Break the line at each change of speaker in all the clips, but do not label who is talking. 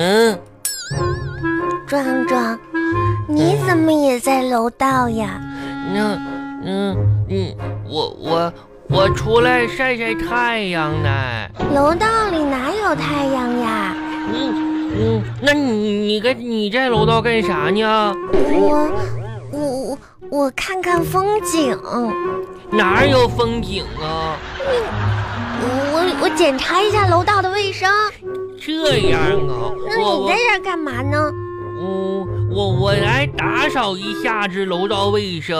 嗯
楼道呀？
那，嗯嗯，我我我出来晒晒太阳呢。
楼道里哪有太阳呀？
嗯嗯，那你你跟你在楼道干啥呢？
我我我看看风景，
哪有风景啊？
我我检查一下楼道的卫生。
这样啊，
那
我
你
我
在这儿干嘛呢？
我我我来打扫一下这楼道卫生。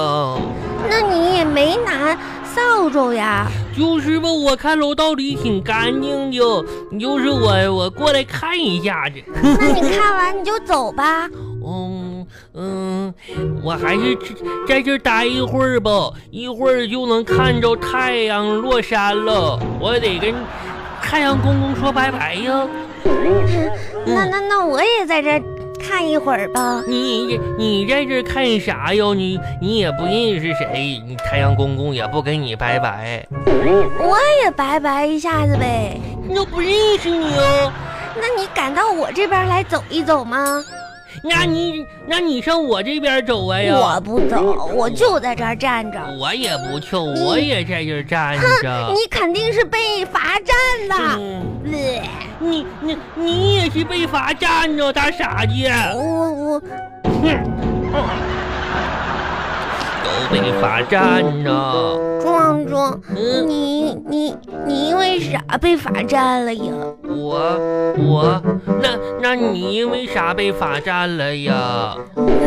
那你也没拿扫帚呀？
就是吧，我看楼道里挺干净的，就是我我过来看一下去。
那你看完你就走吧。
嗯嗯，我还是这在这儿待一会儿吧，一会儿就能看着太阳落山了。我得跟太阳公公说拜拜呀。
那那那我也在这儿看一会儿吧。
你你在这儿看啥呀？你你也不认识谁，你太阳公公也不跟你拜拜，
我也拜拜一下子呗。
你都不认识你哦。
那你敢到我这边来走一走吗？
那你那你上我这边走啊呀？
我不走，我就在这儿站着。
我也不去，我也在这儿站着。
你肯定是被罚站了。
嗯
对
你你你也是被罚站着，大傻子，
我我
都被罚站着。
壮壮，
嗯，
你你你因为啥被罚站了呀？
我我那那你因为啥被罚站了呀？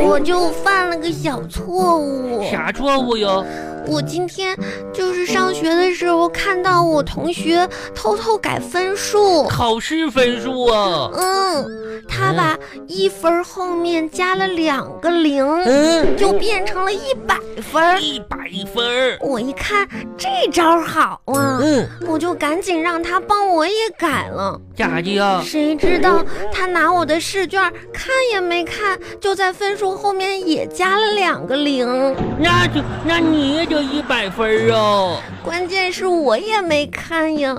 我就犯了个小错误。
啥错误呀？
我今天就是上学的时候看到我同学偷偷改分数，
考试分数啊？
嗯，他把一分儿后面加了两个零，
嗯，
就变成了一百分儿。
一百分儿。
我一看这招好啊，
嗯，
我就赶紧让他帮我也改了。
咋的呀？
谁知道他拿我的试卷看也没看，就在分数后面也加了两个零。
那就那你也得一百分儿啊？
关键是我也没看呀，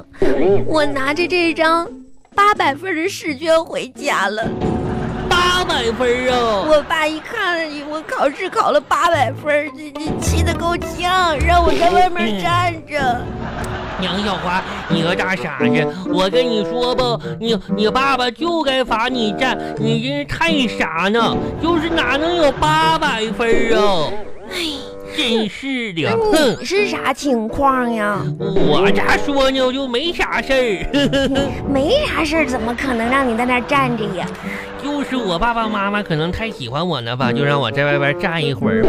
我拿着这张八百分的试卷回家了。
八百分儿啊？
我爸一看我考试考了八百分，这这气得够呛，让我在外面站着。
杨小花，你个大傻子！我跟你说吧，你你爸爸就该罚你站，你真是太傻呢！就是哪能有八百分儿啊？真是的，哼！
你是啥情况呀？
我咋说呢？我就没啥事儿，
没啥事儿，怎么可能让你在那儿站着呀？
就是我爸爸妈妈可能太喜欢我了吧，就让我在外边站一会儿吧。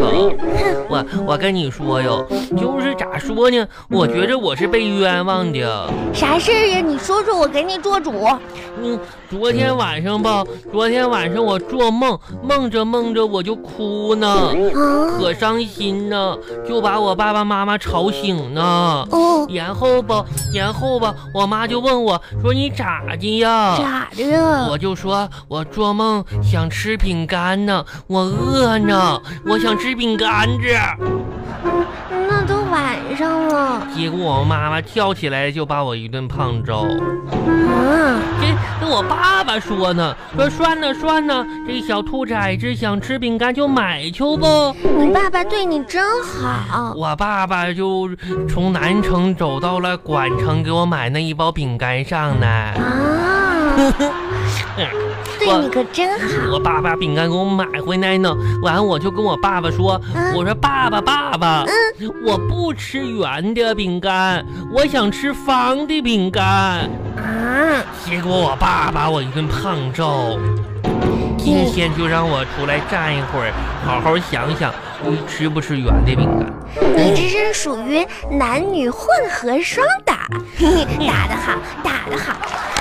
我我跟你说哟，就是咋说呢？我觉着我是被冤枉的。
啥事儿呀？你说说，我给你做主。
嗯，昨天晚上吧，昨天晚上我做梦，梦着梦着我就哭呢，
啊，
可伤心呢，就把我爸爸妈妈吵醒呢。
哦，
然后吧，然后吧，我妈就问我说：“你咋的呀
咋的？”呀？
我就说：“我做梦想吃饼干呢，我饿呢，我想吃饼干子。”
那都晚上了。
结果我妈妈跳起来就把我一顿胖揍。
啊。
这跟我爸爸说呢，说算了算了，这小兔崽子想吃饼干就买去吧。
你爸爸对你真 好，啊
我爸爸就从南城走到了管城，给我买那一包饼干上呢。
啊，对你可真好。
我爸把饼干给我买回来呢，完我就跟我爸爸说，
嗯
我说爸爸爸爸，我不吃圆的饼干，我想吃方的饼干。
啊，
结果我爸把我一顿胖揍，今天就让我出来站一会儿，好好想想，我吃不吃圆的饼干？
你这是属于男女混合双打，嘿嘿，打得好，打得好。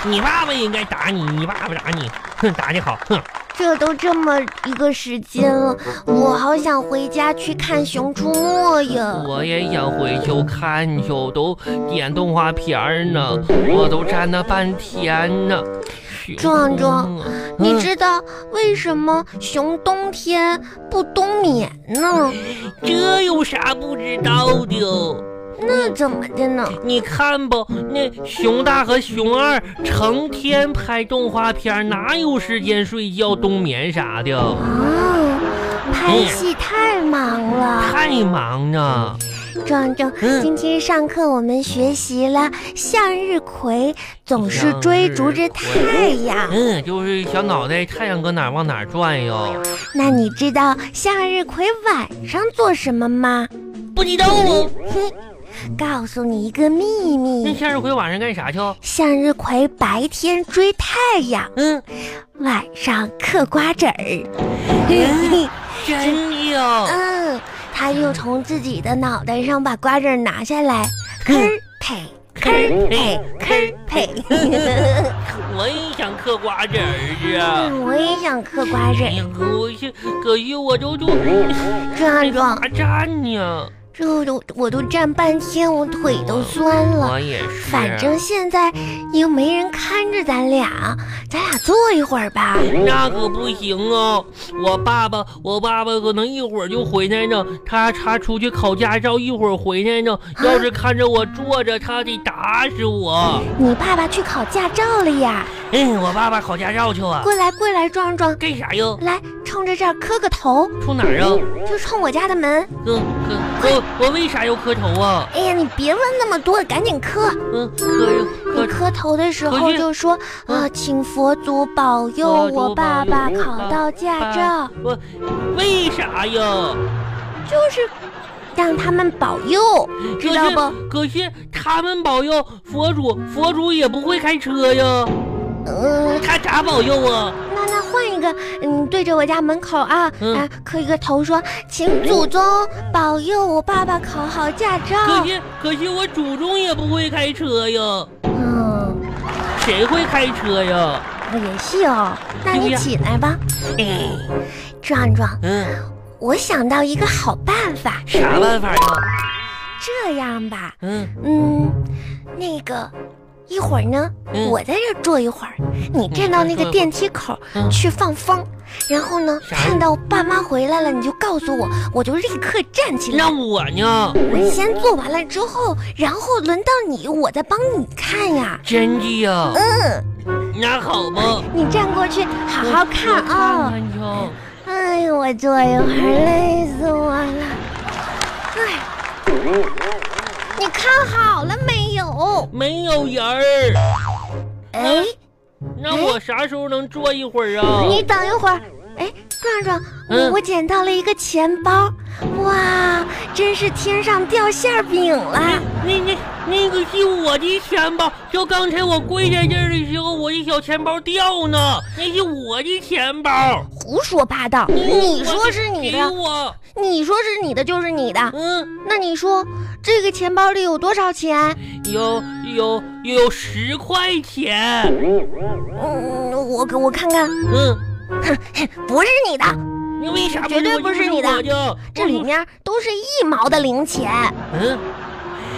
你爸爸应该打你，你爸爸打你，哼，打你好，哼，
这都这么一个时间了，我好想回家去看《熊出没》呀。
我也想回去看去，都点动画片儿呢，我都站那半天呢。熊
壮壮
啊，
你
嗯
知道为什么熊冬天不冬眠呢？
这有啥不知道的？
那怎么的呢？
你看吧，那熊大和熊二成天嗯拍动画片，哪有时间睡觉、冬眠啥的？
啊，拍戏太忙了。
太忙啊呢。
壮壮，
嗯
今天上课我们学习了向日葵总是追逐着太阳。
嗯，就是小脑袋，太阳搁哪儿往哪儿转哟。
那你知道向日葵晚上做什么吗？
不知道啊。
告诉你一个秘
那
密，
向日葵晚上干啥去？
向日葵白天追太阳，
嗯，
晚上嗑瓜子
嗯
儿。
真的哦。
嗯，他又从自己的脑袋上把瓜子儿拿下来，嗑儿呸，嗑儿呸，嗑儿呸。
我也想嗑瓜子儿啊。
嗯我也想嗑瓜子
哎
儿。
呀，可惜可惜我都都
壮 壮，
咋站呢？
这我都我都站半天，我腿都酸了。
我也是。啊
反正现在又没人看着咱俩，咱俩坐一会儿吧。
那可不行哦！我爸爸，我爸爸可能一会儿就回来呢。他他出去考驾照，一会儿回来呢。要是看着我坐着，他得打死我。
你爸爸去考驾照了呀？
嗯，我爸爸考驾照去了，
过来过来，壮壮，
干啥呀？
来冲着这儿磕个头，
冲哪儿啊？
就冲我家的门。
哥哥，我我为啥要磕头啊？
哎呀，你别问那么多，赶紧磕。
嗯，磕
你
磕
磕头的时
可
候
是
就说
嗯
啊，请佛祖保佑
佛祖
我爸爸
保佑我
考到驾照，
我为啥呀？
就是让他们保佑，知道不？
可嗯是他们保佑佛祖，佛祖也不会开车呀，
呃，
他咋保佑啊？
那那换一个，嗯，对着我家门口啊
嗯
啊，磕一个头说，请祖宗保佑我爸爸考好驾
可
照。
是可是我祖宗也不会开车呀，
嗯，
谁会开车呀？
也是哦，那
对
你
呀
起来吧，壮壮，
嗯，
我想到一个好办法，
啥办法呀？
这样吧，
嗯，
嗯，那个，一会儿呢，
嗯
我在这儿坐一会儿，你站到那个电梯口、
嗯
去放风，然后呢，
啥呀
看到爸妈回来了，你就告诉我，我就立刻站起来
那。我呢？
我先做完了之后，然后轮到你，我再帮你看呀。
真的呀？
嗯，
那好吧，
你站过去，好好看
看
啊、
看去。
哎呦，我坐一会儿，累死我了。哎，你看好了没有？
没有人儿，
哎。
那我啥时候能坐一会儿啊？
你等一会儿，哎，壮壮，我
嗯
我捡到了一个钱包，哇，真是天上掉馅儿饼啦！
那那那个是我的钱包，就刚才我跪在这儿的时候，我的小钱包掉呢，那是我的钱包。
胡说八道，
嗯
你说是你
给
的，
我，
你说是你的就是你的，
嗯，
那你说这个钱包里有多少钱？
有有有十块钱，
嗯，我给我看看，
嗯，
不是你的，
你为啥
绝对不
不
是你的
我的？
这里面都是一毛的零钱，
嗯，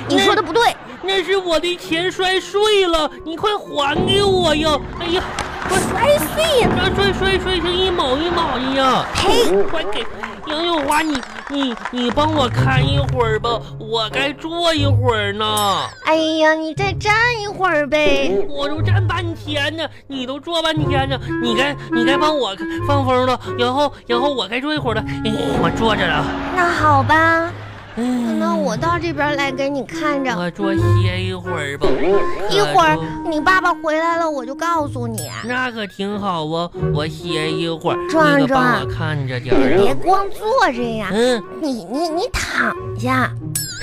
你说的不对，
那是我的钱摔碎了，你快还给我呀！哎呀，
我摔碎了，
这摔摔摔成一毛一毛的呀！
呸！
快给杨秀华，你你你帮我看一会儿吧，我该坐一会儿呢。
哎呀，你再站一会儿呗。
我都站半天呢，你都坐半天呢，你该你该帮我放风了，然后然后我该坐一会儿了。哎我坐着了，
那好吧，
嗯，
那我到这边来给你看着。
我坐歇一会儿吧。
嗯一会
哎
儿你爸爸回来了，我就告诉你。
那可挺好啊，我歇一会儿，
壮
你可帮
壮
我看着点
你
儿
别
啊。
光坐着呀，
嗯，
你你你躺下，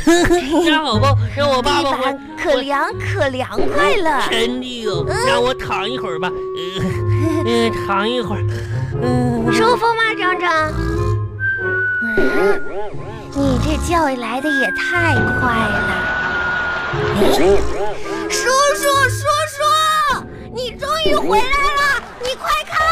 那好吧，让我爸
地
爸回
板。可嗯凉可凉快了。
真的哟，让我躺一会儿吧，嗯、呃躺一会儿，嗯、
舒服吗，长长？嗯，你这觉来的也太快了。叔叔叔叔，你终于回来了，你快看